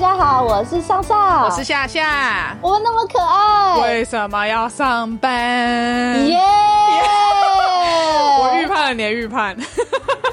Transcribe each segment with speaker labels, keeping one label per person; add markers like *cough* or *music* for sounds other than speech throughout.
Speaker 1: 家好，我是上上，
Speaker 2: 我是夏夏。
Speaker 1: 我们那么可爱，
Speaker 2: 为什么要上班？
Speaker 1: 耶！
Speaker 2: *laughs* 我预判了你的预判，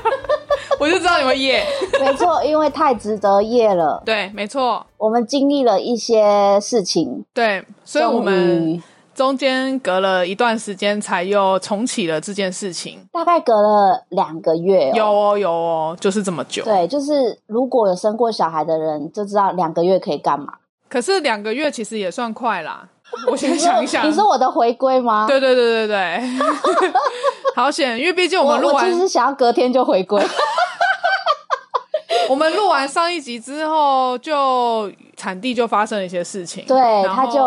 Speaker 2: *laughs* 我就知道你会耶。
Speaker 1: 没错，因为太值得夜了，
Speaker 2: 对，没错，
Speaker 1: 我们经历了一些事情，
Speaker 2: 对，所以我
Speaker 1: 终
Speaker 2: 们
Speaker 1: 于
Speaker 2: 中间隔了一段时间，才又重启了这件事情。
Speaker 1: 大概隔了两个月、哦，
Speaker 2: 有哦，有哦，就是这么久。
Speaker 1: 对，就是如果有生过小孩的人就知道两个月可以干嘛。
Speaker 2: 可是两个月其实也算快啦。我先 *laughs* 想一
Speaker 1: *laughs*
Speaker 2: 想，
Speaker 1: 你说我的回归吗？
Speaker 2: 对对对对 *laughs* 对，好险！因为毕竟
Speaker 1: 我，
Speaker 2: 我们录
Speaker 1: 我
Speaker 2: 完
Speaker 1: 其实想要隔天就回
Speaker 2: *laughs*
Speaker 1: 归，
Speaker 2: 我们录完上一集之后，就产地就发生了一些事情，
Speaker 1: 对，
Speaker 2: 然后
Speaker 1: 他就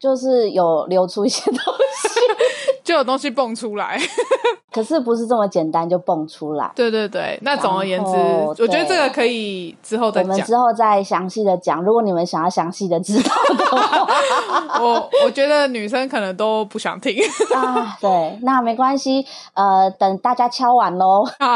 Speaker 1: 就是有流出一些东西， *laughs*
Speaker 2: 就有东西蹦出来。 *laughs*
Speaker 1: 可是不是这么简单就蹦出来。
Speaker 2: 对对对，那总而言之，
Speaker 1: 然后
Speaker 2: 我觉得
Speaker 1: 对
Speaker 2: 这个可以之后再
Speaker 1: 我们
Speaker 2: 讲。
Speaker 1: 之后再详细的讲，如果你们想要详细的知道的话
Speaker 2: 我我觉得女生可能都不想听 *laughs*
Speaker 1: 啊， *laughs* 对，那没关系，呃，等大家敲完喽。
Speaker 2: 啊，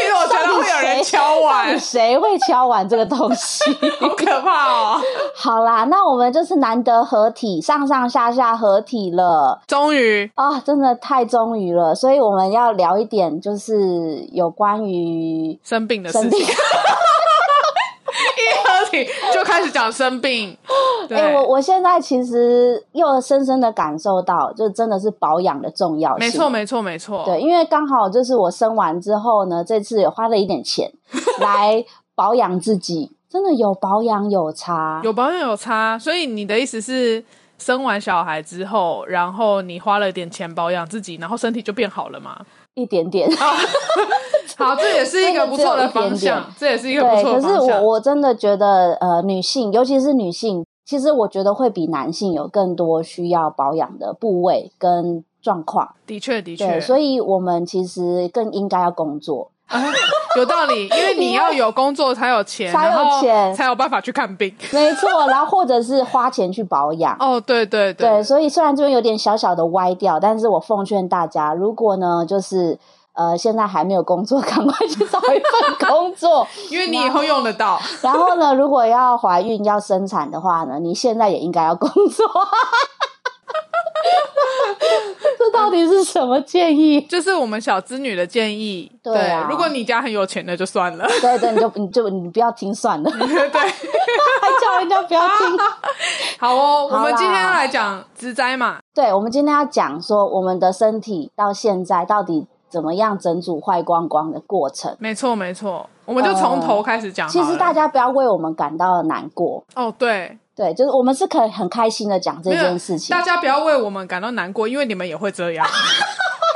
Speaker 2: 因为我觉得会有人敲
Speaker 1: *laughs* 到底
Speaker 2: 碗，
Speaker 1: 谁会敲完这个东西？ *laughs*
Speaker 2: 好可怕哦！
Speaker 1: 好啦，那我们就是难得合体，上上下下合体了
Speaker 2: 终于，
Speaker 1: 啊、真的太终于了。所以我们要聊一点，就是有关于
Speaker 2: 生病的事
Speaker 1: 生
Speaker 2: *laughs* 情，
Speaker 1: 病
Speaker 2: 一。合体就开始讲生病。
Speaker 1: *laughs*
Speaker 2: 对，
Speaker 1: 哎、我我现在其实又深深的感受到，就真的是保养的重要性。
Speaker 2: 没错，没错，没错。
Speaker 1: 对，因为刚好就是我生完之后呢，这次有花了一点
Speaker 2: *laughs*
Speaker 1: 钱来保养自己，真的有保养有差。
Speaker 2: 有保险有差，所以你的意思是生完小孩之后，然后你花了点钱保养自己，然后身体就变好了吗？
Speaker 1: 一点点，
Speaker 2: 哦好，这也是一个不错的方向，这 *laughs* 也是一个不
Speaker 1: 对。
Speaker 2: 错
Speaker 1: 可
Speaker 2: 的
Speaker 1: 是
Speaker 2: 方
Speaker 1: 我
Speaker 2: 向。
Speaker 1: 我真的觉得，呃，女性，尤其是女性，其实我觉得会比男性有更多需要保养的部位跟状况。
Speaker 2: 的确，的确
Speaker 1: 对，，所以我们其实更应该要工作。
Speaker 2: *laughs* 有道理，因为你要有工作 *laughs* 才有钱，
Speaker 1: 才有
Speaker 2: 然后
Speaker 1: 钱
Speaker 2: 才有办法去看病。
Speaker 1: 没错，然后或者是花钱去保养。
Speaker 2: 哦，对对对，
Speaker 1: 对，所以虽然这边有点小小的歪掉，但是我奉劝大家，如果呢，就是呃，现在还没有工作， *laughs* 赶快去找一份工作。
Speaker 2: 因为你以后用得到。
Speaker 1: 然后呢，如果要怀孕、要生产的话呢，你现在也应该要工作。 *laughs* 这到底是什么建议？
Speaker 2: 就是我们小资女的建议，
Speaker 1: 对啊
Speaker 2: 如果你家很有钱的就算了， *laughs*
Speaker 1: 对对，你就你就你不要听算了，还
Speaker 2: 对， *laughs*
Speaker 1: 叫人家不要听。
Speaker 2: 好哦，
Speaker 1: 好啦
Speaker 2: 我们今天来讲植栽嘛，
Speaker 1: 对，我们今天要讲说我们的身体到现在到底怎么样整组坏光光的过程。
Speaker 2: 没错没错，我们就从头开始讲好
Speaker 1: 哦其
Speaker 2: 了、
Speaker 1: 实大家不要为我们感到难过，
Speaker 2: 哦，对，
Speaker 1: 对，就是我们是可以很开心的讲这
Speaker 2: 没有
Speaker 1: 件事情
Speaker 2: 大，家不要为我们感到难过，因为你们也会这样。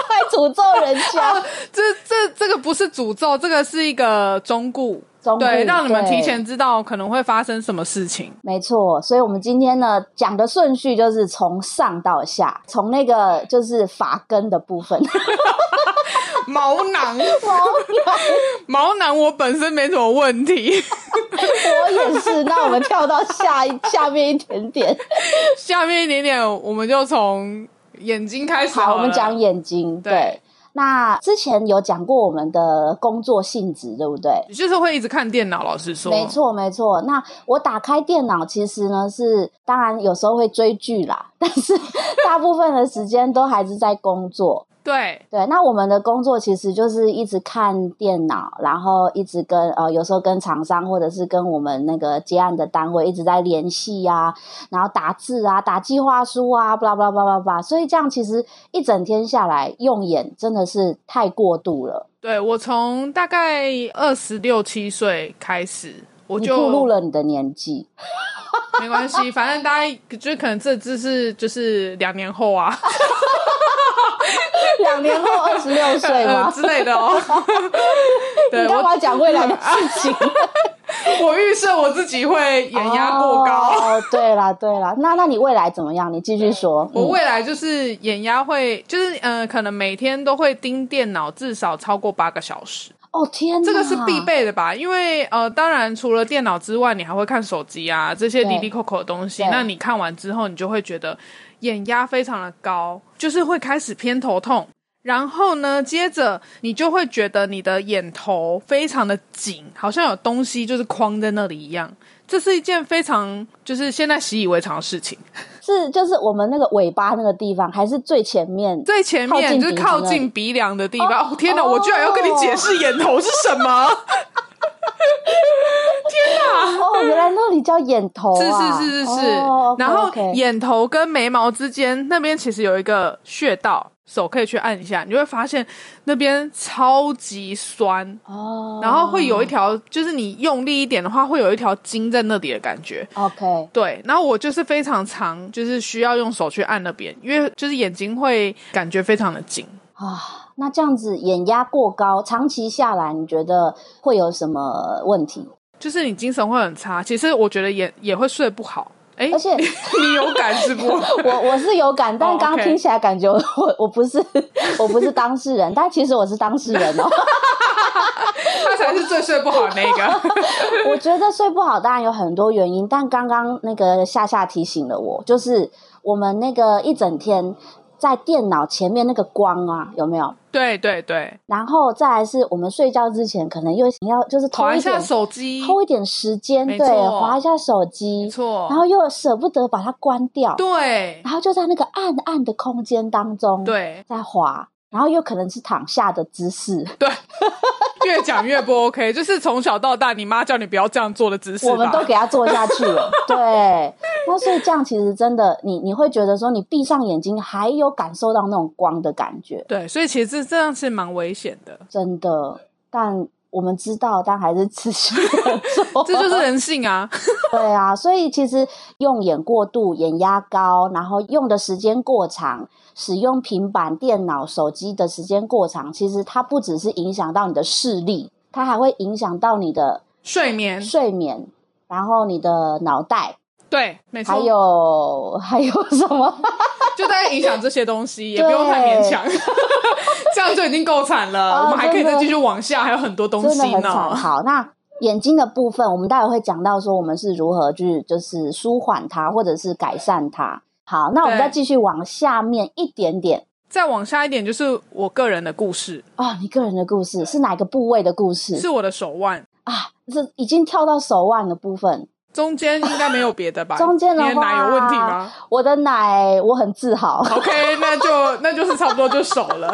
Speaker 1: 快诅咒人家
Speaker 2: 这这这个不是诅咒，这个是一个忠告，
Speaker 1: 中
Speaker 2: *laughs* 对，
Speaker 1: 立
Speaker 2: 让你们
Speaker 1: 对
Speaker 2: 提前知道可能会发生什么事情。
Speaker 1: 没错，所以我们今天呢讲的顺序就是从上到下，从那个就是发根的部
Speaker 2: *laughs*
Speaker 1: 分，
Speaker 2: 毛囊，
Speaker 1: 我
Speaker 2: 毛囊，我本身没什么问题。 *laughs*
Speaker 1: 也是。那我们跳到下一下面一点点，
Speaker 2: *laughs* 下面一点点，我们就从眼睛开始
Speaker 1: 好，我们
Speaker 2: 了
Speaker 1: 讲眼睛，
Speaker 2: 对
Speaker 1: 对。那之前有讲过我们的工作性质，对不对？
Speaker 2: 就是会一直看电脑，老实说，
Speaker 1: 没，错，没错。那我打开电脑，其实呢是，当然有时候会追剧啦，但是大部分的时间都还是在工作。
Speaker 2: 对，
Speaker 1: 对，那我们的工作其实就是一直看电脑，然后一直跟呃，有时候跟厂商或者是跟我们那个接案的单位一直在联系呀、啊，然后打字啊，打计划书啊，巴拉巴拉巴拉巴拉。所以这样其实一整天下来，用眼真的是太过度了，
Speaker 2: 对我从大概二十六七岁开始，我
Speaker 1: 你
Speaker 2: 就
Speaker 1: 暴露了你的年纪。
Speaker 2: 没关系，反正大家就可能这只是就是两年后啊，
Speaker 1: *laughs* 两年后二十六岁
Speaker 2: 呃
Speaker 1: 吗？
Speaker 2: 之类
Speaker 1: *laughs*
Speaker 2: 的哦。对
Speaker 1: 你干
Speaker 2: 我，
Speaker 1: 嘛讲未来
Speaker 2: *laughs*
Speaker 1: 的事情？
Speaker 2: 我预设我自己会眼压过高，
Speaker 1: 哦，对啦对啦，那那你未来怎么样？你继续说。
Speaker 2: 我
Speaker 1: 嗯
Speaker 2: 未来就是眼压会，就是呃，可能每天都会盯电脑至少超过八个小时，
Speaker 1: 哦天哪，
Speaker 2: 这个是必。备的吧？因为呃，当然除了电脑之外，你还会看手机啊这些
Speaker 1: 对
Speaker 2: 滴滴扣扣的东西。
Speaker 1: 对
Speaker 2: 那你看完之后，你就会觉得眼压非常的高，就是会开始偏头痛。然后呢，接着你就会觉得你的眼头非常的紧，好像有东西就是框在那里一样。这是一件非常就是现在习以为常的事情。
Speaker 1: 是就是我们那个尾巴那个地方，还是最前面？
Speaker 2: 最前
Speaker 1: 靠
Speaker 2: 面
Speaker 1: 近
Speaker 2: 就是
Speaker 1: 鼻
Speaker 2: 靠
Speaker 1: 孔那里
Speaker 2: 近鼻梁的地方。
Speaker 1: 哦
Speaker 2: 哦天哪，我居然要跟你解释眼头是什么？
Speaker 1: 哦，原来那里叫眼头
Speaker 2: 是
Speaker 1: 啊！
Speaker 2: 是是是是。
Speaker 1: 哦，OK，
Speaker 2: 然后
Speaker 1: OK
Speaker 2: 眼头跟眉毛之间那边其实有一个穴道，手可以去按一下，你就会发现那边超级酸。
Speaker 1: 哦，
Speaker 2: 然后会有一条，就是你用力一点的话，会有一条筋在那里的感觉。
Speaker 1: OK，
Speaker 2: 对，然后我就是非常常，就是需要用手去按那边，因为就是眼睛会感觉非常的紧。
Speaker 1: 啊，那这样子眼压过高，长期下来，你觉得会有什么问
Speaker 2: *laughs*
Speaker 1: 题？
Speaker 2: 就是你精神会很差。其实我觉得也也会睡不好。哎，
Speaker 1: 而且
Speaker 2: *laughs* 你有感是不？ *laughs*
Speaker 1: 我我是有感，但
Speaker 2: 哦
Speaker 1: 刚刚
Speaker 2: OK
Speaker 1: 听起来感觉我我不是 *laughs* 我不是当事人，但其实我是当事人哦。
Speaker 2: 他才是最睡不好那个。
Speaker 1: *laughs* 我觉得睡不好当然有很多原因，但刚刚那个夏夏提醒了我，就是我们那个一整天在电脑前面那个光啊，有没有？
Speaker 2: 对对对，
Speaker 1: 然后再来是我们睡觉之前可能又想要就是偷
Speaker 2: 划一
Speaker 1: 一
Speaker 2: 下
Speaker 1: 点
Speaker 2: 手机，
Speaker 1: 偷一点时间，
Speaker 2: 没
Speaker 1: 对，
Speaker 2: 错
Speaker 1: 划一下手
Speaker 2: 没
Speaker 1: 机，然
Speaker 2: 错，
Speaker 1: 后又舍不得把它关掉，
Speaker 2: 对
Speaker 1: 然后就在那个暗暗的空间当中，，
Speaker 2: 对
Speaker 1: 在滑，然后又可能是躺下的姿势，
Speaker 2: 对，越讲越不 OK。就是 *laughs* 从小到大，你妈叫你不要这样做的姿势
Speaker 1: 我们
Speaker 2: 吧
Speaker 1: 都？给它做下去了。对，那所以这样其实真的，你你会觉得说，你闭上眼睛还有感受到那种光的感觉，
Speaker 2: 对，所以其实这样是蛮危险的。，
Speaker 1: 真的。但我们知道，但还是持续的做
Speaker 2: 这就是人性
Speaker 1: *laughs*
Speaker 2: 啊！
Speaker 1: 对啊，所以其实用眼过度、眼压高，然后用的时间过长，使用平板电脑、手机的时间过长，其实它不只是影响到你的视力，它还会影响到你的
Speaker 2: 睡眠，
Speaker 1: 睡眠，然后你的脑袋，
Speaker 2: 对，没错
Speaker 1: 还，有还有什
Speaker 2: *laughs*
Speaker 1: 么？
Speaker 2: 就在影响这些
Speaker 1: *laughs*
Speaker 2: 东西，也
Speaker 1: 对
Speaker 2: 不用太勉强， *laughs* 这样就已经够惨了。
Speaker 1: 哦
Speaker 2: 我们还可以
Speaker 1: 真
Speaker 2: 再
Speaker 1: 的
Speaker 2: 继续往下，还有很多东
Speaker 1: 真的
Speaker 2: 西
Speaker 1: 很惨。
Speaker 2: 呢。
Speaker 1: 好，那眼睛的部分，我们待会会讲到说我们是如何去就是舒缓它，或者是改善它。好，那我们
Speaker 2: 对
Speaker 1: 再继续往下面一点点。
Speaker 2: 再往下一点就是我个人的故事，
Speaker 1: 哦，你个人的故事是哪个部位的故事
Speaker 2: 是我的手腕，
Speaker 1: 啊？这已经跳到手腕的部分。
Speaker 2: 中间应该没有别的吧？
Speaker 1: 中间的话
Speaker 2: 你的奶有问题吗
Speaker 1: 我的奶，我很自豪。
Speaker 2: ？OK，那
Speaker 1: *laughs*
Speaker 2: 就那就是差不多就手了。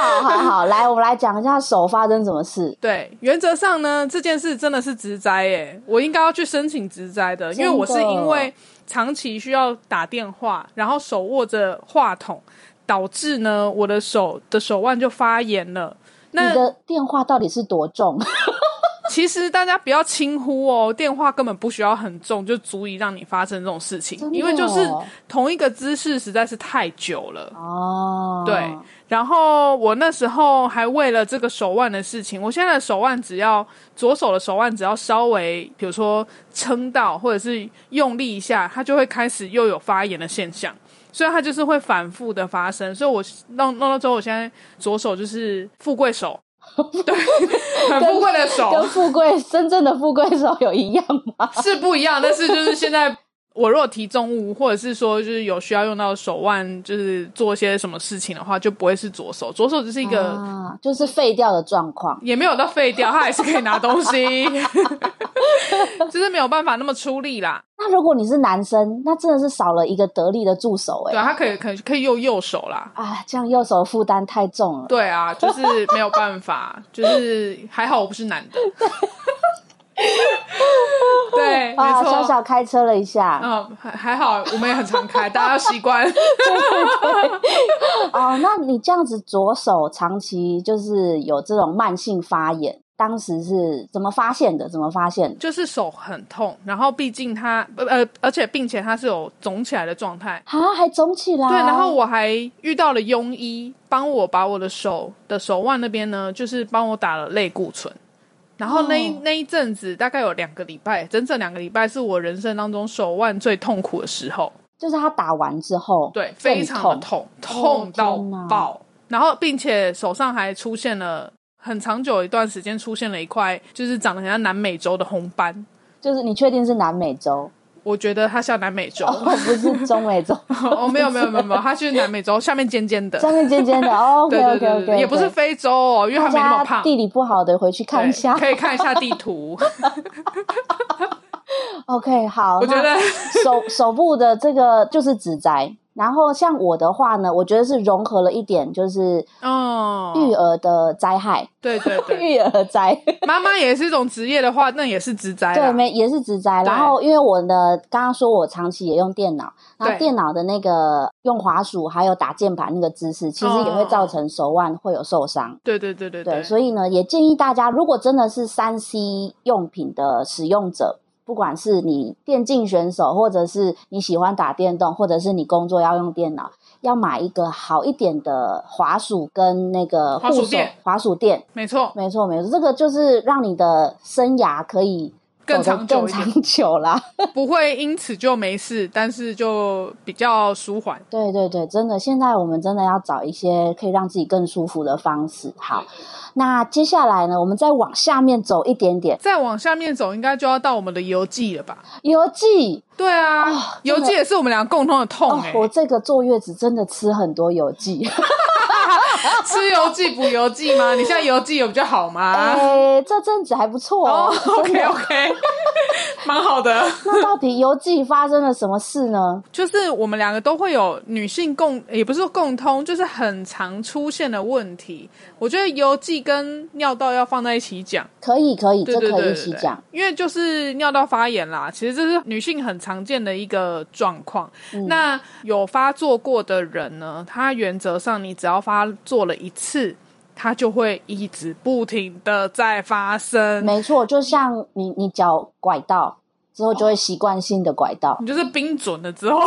Speaker 1: 好好好，来，我们来讲一下手发生什么事。
Speaker 2: 对，原则上呢，这件事真的是职灾耶，我应该要去申请职灾的，因为我是因为长期需要打电话，然后手握着话筒，导致呢我的手的手腕就发炎了。
Speaker 1: 你
Speaker 2: 那
Speaker 1: 的电话到底是多重？
Speaker 2: 其实大家不要轻忽哦，电话根本不需要很重，就足以让你发生这种事情
Speaker 1: 真，的
Speaker 2: 因为就是
Speaker 1: 哦
Speaker 2: 同一个姿势实在是太久了。
Speaker 1: 哦，
Speaker 2: 对，然后我那时候还为了这个手腕的事情，我现在的手腕只要左手的手腕只要稍微，比如说撑到或者是用力一下，它就会开始又有发炎的现象，所以它就是会反复的发生。所以我弄弄到之后，我现在左手就是富贵手，对，很富贵的手
Speaker 1: 哦跟富贵真正的富贵手有一样吗？
Speaker 2: 是不一样，但是就是现在。我如果提重物，或者是说就是有需要用到手腕，就是做一些什么事情的话，就不会是左手。左手只是一个
Speaker 1: 啊、就是废掉的状况。
Speaker 2: 也没有到废掉，他还是可以拿东西，就是没有办法那么出力啦。
Speaker 1: 那如果你是男生，那真的是少了一个得力的助手哎、
Speaker 2: 对啊，他可以可以可以用右手啦。
Speaker 1: 啊，这样右手负担太重了。
Speaker 2: 对啊，就是没有办法，就是还好我不是男的。对，没
Speaker 1: 啊，小
Speaker 2: 错。
Speaker 1: 小开车了一下，
Speaker 2: 嗯，还还好，我们也很常开，大家要习惯。 *laughs*
Speaker 1: 哦，那你这样子左手长期就是有这种慢性发炎，当时是怎么发现的？怎么发现的？
Speaker 2: 就是手很痛，然后毕竟它呃呃，而且并且它是有肿起来的状态，
Speaker 1: 啊，还肿起来？
Speaker 2: 对，然后我还遇到了庸医，帮我把我的手的手腕那边呢，就是帮我打了类固醇。然后那一、
Speaker 1: 哦
Speaker 2: 那一阵子大概有两个礼拜，整整两个礼拜是我人生当中手腕最痛苦的时候，
Speaker 1: 就是他打完之后，
Speaker 2: 对，
Speaker 1: 更
Speaker 2: 非常的
Speaker 1: 痛
Speaker 2: 痛，
Speaker 1: 哦
Speaker 2: 痛到
Speaker 1: 天哪
Speaker 2: 爆。然后并且手上还出现了很长久一段时间出现了一块，就是长得很像南美洲的红斑。
Speaker 1: 就是你确定是南美洲？
Speaker 2: 我觉得他下南美
Speaker 1: *laughs*
Speaker 2: 洲。
Speaker 1: 哦，不是中美
Speaker 2: *laughs*
Speaker 1: 洲，
Speaker 2: 哦，没有没有没有没有，他去南美洲，下面尖尖的。
Speaker 1: 上面尖尖的。哦、
Speaker 2: 对
Speaker 1: OK
Speaker 2: 对
Speaker 1: OK
Speaker 2: 对
Speaker 1: OK，,
Speaker 2: 对，也不是非洲哦，因为他
Speaker 1: 大
Speaker 2: 没那么
Speaker 1: 家
Speaker 2: 胖。
Speaker 1: 地理不好的回去看一下
Speaker 2: 对。可以看一下地图。
Speaker 1: OK，好，
Speaker 2: 我觉
Speaker 1: 那
Speaker 2: 得 *laughs*
Speaker 1: 手手部的这个就是指摘。然后像我的话呢，我觉得是融合了一点，就是
Speaker 2: 哦，
Speaker 1: 育儿的灾害，
Speaker 2: 对对对，
Speaker 1: *laughs* 育儿灾，
Speaker 2: 妈妈也是一种职业的话，那也是职灾
Speaker 1: 对，
Speaker 2: 啦。
Speaker 1: 没也是职灾。
Speaker 2: 对
Speaker 1: 然后因为我的刚刚说我长期也用电脑，然后
Speaker 2: 对
Speaker 1: 电脑的那个用滑鼠还有打键盘那个姿势，其实也会造成手腕会有受伤。
Speaker 2: 对对对对
Speaker 1: 对，所以呢，也建议大家，如果真的是三 C 用品的使用者，不管是你电竞选手，或者是你喜欢打电动，或者是你工作要用电脑，要买一个好一点的滑鼠跟那个
Speaker 2: 滑鼠
Speaker 1: 护手
Speaker 2: 垫
Speaker 1: 滑鼠垫。
Speaker 2: 没错，
Speaker 1: 没错，没错，这个就是让你的生涯可以
Speaker 2: 更
Speaker 1: 走得
Speaker 2: 长久
Speaker 1: 更
Speaker 2: 一点
Speaker 1: 长久啦。 *laughs*
Speaker 2: 不会因此就没事，但是就比较舒缓。
Speaker 1: 对对对，真的，现在我们真的要找一些可以让自己更舒服的方式。好，那接下来呢，我们再往下面走一点点，
Speaker 2: 再往下面走，应该就要到我们的游记了吧？
Speaker 1: 邮寄。
Speaker 2: 对啊，游
Speaker 1: 真
Speaker 2: 记
Speaker 1: 的
Speaker 2: 也是我们俩共同的痛
Speaker 1: 哦
Speaker 2: 哎、，
Speaker 1: 我这个坐月子真的吃很多油剂，
Speaker 2: 啊吃游记补游记吗？你现在游记有比较好
Speaker 1: *laughs*
Speaker 2: 吗？
Speaker 1: 哎，这阵子还不错
Speaker 2: 哦
Speaker 1: 哦。 *laughs*
Speaker 2: ，OK OK，蛮好的。
Speaker 1: 那到底邮寄发生了什么事呢？
Speaker 2: 就是我们两个都会有女性共，也不是说共通，就是很常出现的问题。我觉得邮寄跟尿道要放在一起讲，
Speaker 1: 可以，可以，
Speaker 2: 对
Speaker 1: 这
Speaker 2: 对
Speaker 1: 可以
Speaker 2: 对
Speaker 1: 一起
Speaker 2: 对对
Speaker 1: 讲。，
Speaker 2: 因为就是尿道发炎啦，其实这是女性很常见的一个状况。
Speaker 1: 嗯
Speaker 2: 那有发作过的人呢，他原则上你只要发作了一次，他就会一直不停的在发生。
Speaker 1: 没错，就像你你脚拐到之后，就
Speaker 2: 哦
Speaker 1: 会习惯性的拐
Speaker 2: *laughs*
Speaker 1: 到，
Speaker 2: 你就是冰准了之后，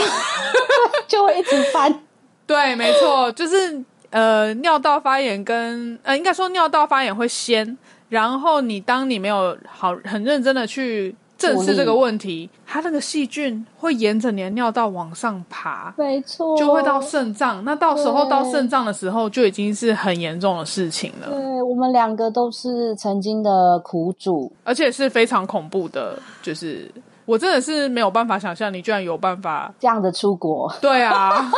Speaker 1: 就会一直翻。
Speaker 2: 对，没错，就是呃，尿道发炎跟呃，应该说尿道发炎会先，然后你当你没有好很认真的去正视这个问题，它那个细菌会沿着你的尿道往上爬。
Speaker 1: 没错，
Speaker 2: 就会到肾脏，那到时候
Speaker 1: 对
Speaker 2: 到肾脏的时候，就已经是很严重的事情了，
Speaker 1: 对我们两个都是曾经的苦主，
Speaker 2: 而且是非常恐怖的。就是我真的是没有办法想象，你居然有办法。
Speaker 1: 这样的出国，
Speaker 2: 对啊，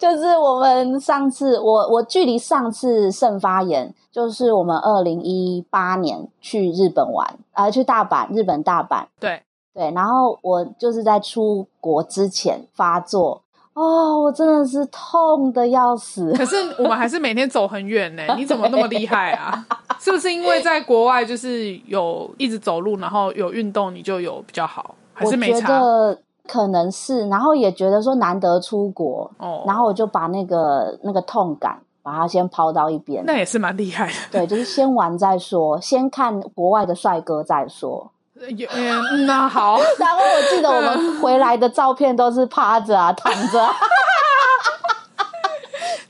Speaker 1: 就是我们上次我我距离上次肾发炎，就是我们二零一八年去日本玩，呃，去大阪，日本大阪，
Speaker 2: 对，
Speaker 1: 对，然后我就是在出国之前发作，哦，我真的是痛的要死，
Speaker 2: 可是我们还是每天走很
Speaker 1: *laughs*
Speaker 2: 远呢、你怎么那么厉害啊？是不是因为在国外就是有一直走路，然后有运动，你就有比较好， *laughs* 还
Speaker 1: 我
Speaker 2: 是没
Speaker 1: 觉
Speaker 2: 差？
Speaker 1: 得可能是，然后也觉得说难得出国，
Speaker 2: 哦，
Speaker 1: 然后我就把那个那个痛感把它先抛到一边，
Speaker 2: 那也是蛮厉害
Speaker 1: 对，就是先玩再说，先看国外的帅哥再说。
Speaker 2: 的。有嗯，那
Speaker 1: *laughs*
Speaker 2: 好，
Speaker 1: 然后我记得我们回来的照片都是趴着啊、躺着、
Speaker 2: *laughs*
Speaker 1: 啊，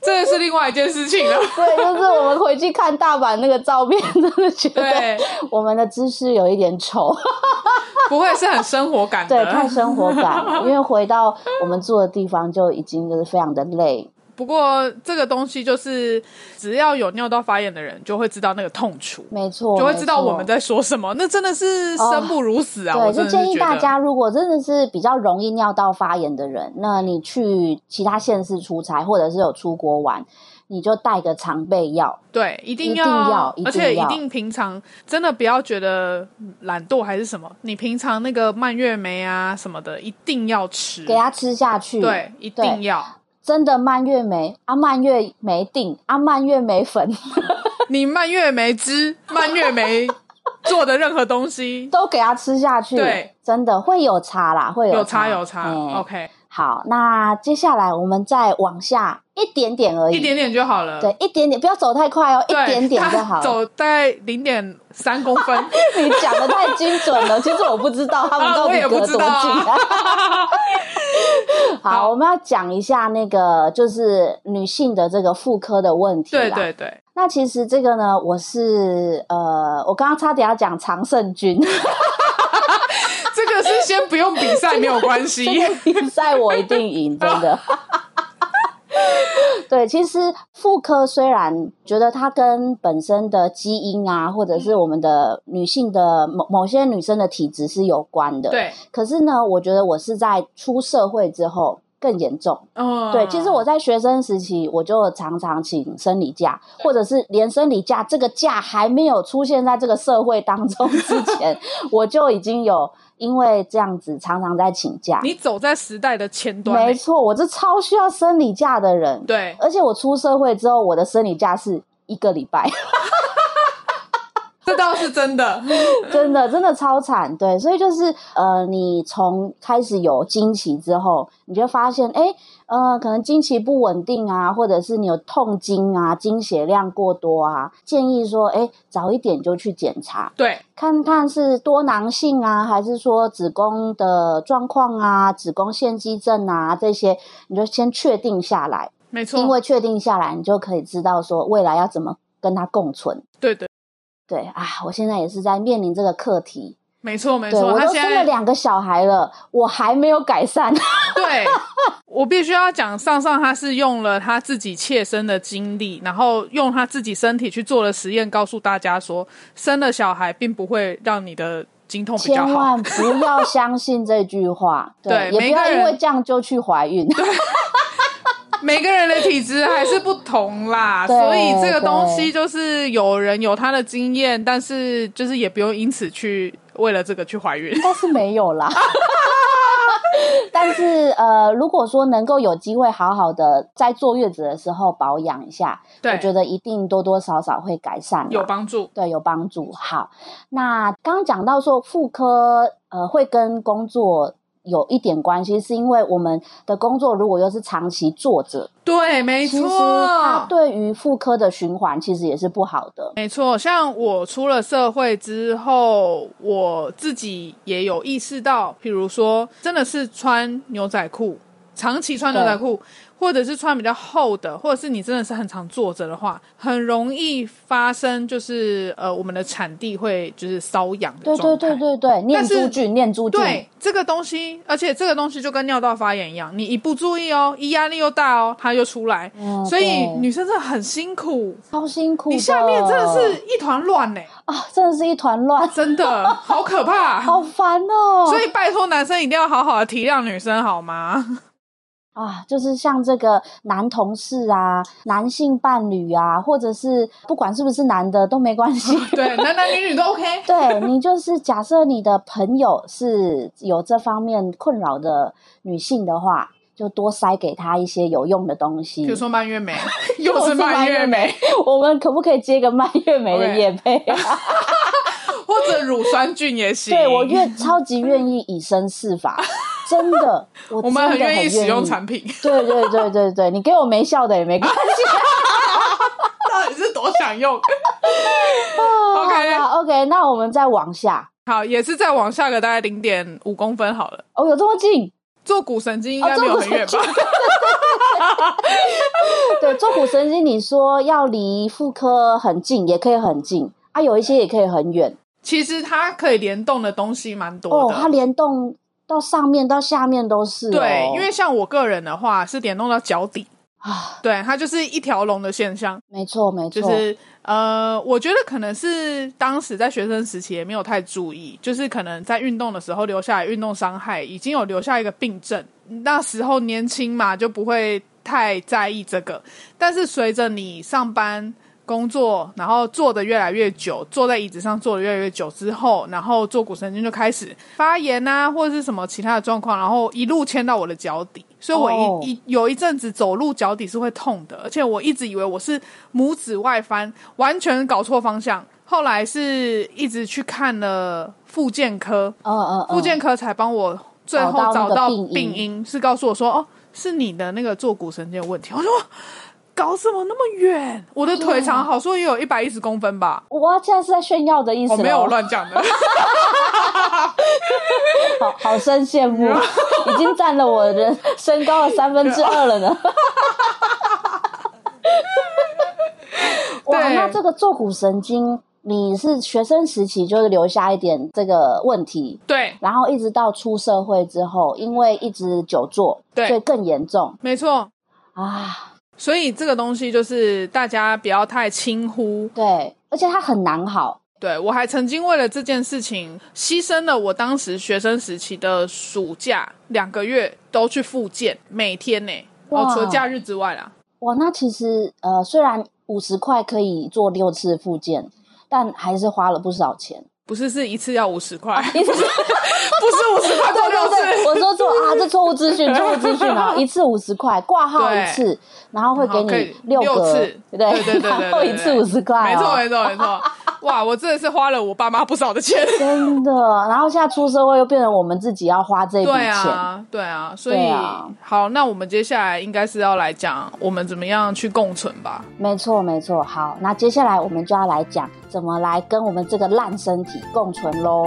Speaker 2: 这是另外一件事情了。
Speaker 1: 对，就是我们回去看大阪那个照片，真的觉得
Speaker 2: 对，
Speaker 1: 我们的姿势有一点
Speaker 2: *laughs*
Speaker 1: 丑。
Speaker 2: 不会是很生活感
Speaker 1: 对，
Speaker 2: 的。
Speaker 1: 太生活感了，因为回到我们住的地方就已经就是非常的累。
Speaker 2: 不过这个东西就是，只要有尿道发炎的人，就会知道那个痛楚，
Speaker 1: 没错，
Speaker 2: 就会知道
Speaker 1: 没错哦
Speaker 2: 我们。在说什么。那真的是生不如死啊！我
Speaker 1: 对，
Speaker 2: 真
Speaker 1: 就
Speaker 2: 的是
Speaker 1: 建议
Speaker 2: 觉得
Speaker 1: 大家，如果真的是比较容易尿道发炎的人，那你去其他县市出差，或者是有出国玩，你就带个常备药。
Speaker 2: 对，一定
Speaker 1: 一定要一定
Speaker 2: 而且一
Speaker 1: 要
Speaker 2: 定平常真的不要觉得懒惰还是什么，你平常那个蔓越莓啊什么的，一定要吃。
Speaker 1: 给它吃下去。，
Speaker 2: 对，一定要。
Speaker 1: 真的蔓越莓啊，蔓越莓定啊，蔓越莓粉 *laughs*
Speaker 2: 你蔓越莓汁、蔓越莓做的任何东西，
Speaker 1: 都给它吃下去。
Speaker 2: 对，
Speaker 1: 真的会 *laughs* 有差啦，会
Speaker 2: 有
Speaker 1: 差
Speaker 2: 差有差。哦
Speaker 1: 嗯
Speaker 2: OK，
Speaker 1: 好，那接下来我们再往下一点点而已，
Speaker 2: 一点点就好了。
Speaker 1: 对，一点点，不要走太快哦，一
Speaker 2: 对，
Speaker 1: 点点就
Speaker 2: 他
Speaker 1: 好了。
Speaker 2: 走大概零点三公
Speaker 1: *laughs*
Speaker 2: 分，
Speaker 1: 你讲的太精准
Speaker 2: *laughs*
Speaker 1: 了，其实我不知道他们
Speaker 2: 啊
Speaker 1: 到
Speaker 2: 我
Speaker 1: 底
Speaker 2: 也
Speaker 1: 隔多
Speaker 2: 不知
Speaker 1: 近。
Speaker 2: 道 *laughs* 啊
Speaker 1: 好，我们要讲一下那个就是女性的这个妇科的问题啦。
Speaker 2: 对对对，
Speaker 1: 那其实这个呢，我是呃，我刚刚差点要讲常胜军 *laughs*
Speaker 2: 这个是先不用
Speaker 1: *laughs*
Speaker 2: 比赛没有关系。
Speaker 1: 比赛，我一定赢，真的。 *laughs* 对，其实妇科虽然觉得它跟本身的基因啊，或者是我们的女性的某某些女生的体质是有关的，。
Speaker 2: 对，
Speaker 1: 可是呢，我觉得我是在出社会之后更严重。
Speaker 2: 嗯，
Speaker 1: 对，其实我在学生时期，我就常常请生理假，或者是连生理假这个假还没有出现在这个社会当
Speaker 2: *laughs*
Speaker 1: 中之前，我就已经有因为这样子常常在请假。
Speaker 2: 你走在时代的前端
Speaker 1: 没
Speaker 2: 欸，
Speaker 1: 错，我是超需要生理假的人。
Speaker 2: 对，
Speaker 1: 而且我出社会之后，我的生理假是一个礼拜，
Speaker 2: *laughs* 这倒是真的。
Speaker 1: 真的真的超惨。对，所以就是呃，你从开始有经期之后，你就会发现，哎，呃，可能经期不稳定啊，或者是你有痛经啊，经血量过多啊，建议说，哎，早一点就去检查。
Speaker 2: 对，
Speaker 1: 看看是多囊性啊，还是说子宫的状况啊、子宫腺肌症啊这些，你就先确定下来。
Speaker 2: 没错，
Speaker 1: 因为确定下来，你就可以知道说未来要怎么跟它共存。
Speaker 2: 对对，
Speaker 1: 对啊，我现在也是在面临这个课题。
Speaker 2: 没错没
Speaker 1: 对
Speaker 2: 错，
Speaker 1: 我
Speaker 2: 他
Speaker 1: 都
Speaker 2: 现
Speaker 1: 生了
Speaker 2: 在
Speaker 1: 两个小孩了，我还没有改善。
Speaker 2: *laughs* 对，我必须要讲，上上他是用了他自己切身的经历，然后用他自己身体去做了实验，告诉大家说，生了小孩并不会让你的经痛比较
Speaker 1: 千
Speaker 2: 好。
Speaker 1: 万不要相信这句话，
Speaker 2: 对
Speaker 1: 也不
Speaker 2: 每一个
Speaker 1: 要因
Speaker 2: 人
Speaker 1: 为这样就去怀孕。
Speaker 2: *laughs* 每个人的体质还是不
Speaker 1: *laughs*
Speaker 2: 同啦，
Speaker 1: 对
Speaker 2: 所以这个东西
Speaker 1: 对
Speaker 2: 就是有人有他的经验，但是就是也不用因此去为了这个去怀孕。
Speaker 1: 应该是没有
Speaker 2: *laughs*
Speaker 1: 啦。但是呃，如果说能够有机会好好的在坐月子的时候保养一下，我
Speaker 2: 对，
Speaker 1: 觉得一定多多少少会改善啦。
Speaker 2: 有帮助。
Speaker 1: 对，有帮助。好，那刚刚讲到说妇科呃会跟工作有一点关系，是因为我们的工作如果又是长期坐着，
Speaker 2: 对，没
Speaker 1: 其实它
Speaker 2: 错。
Speaker 1: 对于妇科的循环其实也是不好的。
Speaker 2: 没错，像我出了社会之后，我自己也有意识到，比如说，真的是穿牛仔裤，长期穿牛仔裤，或者是穿比较厚的，或者是你真的是很常坐着的话，很容易发生就是呃，我们的产地会就是瘙痒的
Speaker 1: 对对
Speaker 2: 状
Speaker 1: 对
Speaker 2: 态。
Speaker 1: 对对，念
Speaker 2: 是
Speaker 1: 珠菌，念珠菌，
Speaker 2: 对这个东西，而且这个东西就跟尿道发炎一样，你一不注意哦，一压力又大哦，它就出来。
Speaker 1: 嗯
Speaker 2: 所以
Speaker 1: 对
Speaker 2: 女生真的很辛苦，
Speaker 1: 超辛苦的。
Speaker 2: 你下面真的是一团乱欸呢、
Speaker 1: 啊，真的是一团乱，
Speaker 2: 真的 *laughs* 好可怕。
Speaker 1: 好烦哦。
Speaker 2: *laughs* 所以拜托男生一定要好好的体谅女生好 *laughs* 吗？
Speaker 1: 啊，就是像这个男同事啊、男性伴侣啊，或者是不管是不是男的都没关系。
Speaker 2: *laughs* 对，男男女女都 OK。
Speaker 1: 对你就是假设你的朋友是有这方面困扰的女性的话，就多塞给她一些有用的东西。
Speaker 2: 比如说蔓越 *laughs* 莓，又是蔓越莓，
Speaker 1: 我们可不可以接个蔓越莓的
Speaker 2: OK
Speaker 1: 叶配
Speaker 2: *laughs*
Speaker 1: 啊？
Speaker 2: 或者乳酸菌也行。
Speaker 1: 对我愿超级愿意以身试
Speaker 2: *laughs*
Speaker 1: 法，真的，我
Speaker 2: 我们
Speaker 1: 真的
Speaker 2: 愿
Speaker 1: 愿
Speaker 2: 意使用产品，
Speaker 1: 对对对对对，你给我没效的也没关系。
Speaker 2: 到底是多想用？OK
Speaker 1: 好啦 OK，那我们再往下。
Speaker 2: 好，也是再往下个大概零点五公分好了。
Speaker 1: 哦，有这么近？哦
Speaker 2: 坐哦骨神经应该没有很远吧？
Speaker 1: *laughs* 对，坐骨神经，你说要离妇科很近，也可以很近啊，有一些也可以很远。
Speaker 2: 其实它可以联动的东西蛮多
Speaker 1: 哦，
Speaker 2: 的。
Speaker 1: 它联动到上面到下面都是、哦。
Speaker 2: 对，因为像我个人的话是联动到脚底，
Speaker 1: 啊，
Speaker 2: 对，它就是一条龙的现象。
Speaker 1: 没错没错，
Speaker 2: 就是呃，我觉得可能是当时在学生时期也没有太注意，就是可能在运动的时候留下来运动伤害，已经有留下一个病症。那时候年轻嘛，就不会太在意这个。但是随着你上班工作，然后坐的越来越久，坐在椅子上坐的越来越久之后，然后坐骨神经就开始发炎啊，或者是什么其他的状况，然后一路牵到我的脚底，所以我一、
Speaker 1: 哦
Speaker 2: 一有一阵子走路脚底是会痛的，而且我一直以为我是拇指外翻，完全搞错方向。后来是一直去看了复健科，
Speaker 1: 嗯嗯嗯，
Speaker 2: 复健科才帮我最后
Speaker 1: 找到那
Speaker 2: 找
Speaker 1: 个
Speaker 2: 到
Speaker 1: 病因
Speaker 2: 病因，是告诉我说哦，是你的那个坐骨神经有问题。我说哇搞什么那么远？我的腿长好说也有一百一十公分吧，
Speaker 1: 哇，现在 *laughs* 是在哦炫耀的意思
Speaker 2: 我
Speaker 1: 咯，
Speaker 2: 哦没有乱讲的。 *laughs*
Speaker 1: 好好生羡慕，已经占了我的身高的三分之二了
Speaker 2: *laughs*
Speaker 1: 呢。哇，
Speaker 2: 对
Speaker 1: 那这个坐骨神经，你是学生时期就是留下一点这个问题，
Speaker 2: 对，
Speaker 1: 然后一直到出社会之后，因为一直久坐，
Speaker 2: 对
Speaker 1: 所以更严重
Speaker 2: 没错。
Speaker 1: 啊。
Speaker 2: 所以这个东西就是大家不要太轻忽。
Speaker 1: 对，而且它很难好。
Speaker 2: 对我还曾经为了这件事情牺牲了我当时学生时期的暑假两个月都去复健，每天呢、
Speaker 1: 哇
Speaker 2: 哦，除了假日之外啦，
Speaker 1: 哇，那其实呃，虽然五十块可以做六次复健，但还是花了不少
Speaker 2: *laughs*
Speaker 1: 钱。
Speaker 2: 不是是一次要五十块，
Speaker 1: 你是
Speaker 2: 不是五十块做
Speaker 1: 啊对
Speaker 2: 六
Speaker 1: 对 *laughs* 对，
Speaker 2: 次，
Speaker 1: 我说错啊，这错误资讯，错误资讯
Speaker 2: *laughs*
Speaker 1: 啊，一次五十块，挂号一次，然后会给
Speaker 2: 然后可以
Speaker 1: 你六
Speaker 2: 六
Speaker 1: 个，
Speaker 2: 次
Speaker 1: 对
Speaker 2: 对对对对
Speaker 1: 然后 *laughs* 一次
Speaker 2: 对对
Speaker 1: 五十块，哦
Speaker 2: 没错没错没
Speaker 1: *laughs*
Speaker 2: 错，哇，我真的是花了我爸妈不少的钱。
Speaker 1: 真的。然后现在出社会又变成我们自己要花这笔
Speaker 2: 对
Speaker 1: 钱，
Speaker 2: 啊，对啊，所以
Speaker 1: 对啊
Speaker 2: 好，那我们接下来应该是要来讲我们怎么样去共存吧。
Speaker 1: 没错没错。好，那接下来我们就要来讲怎么来跟我们这个烂身体共存喽。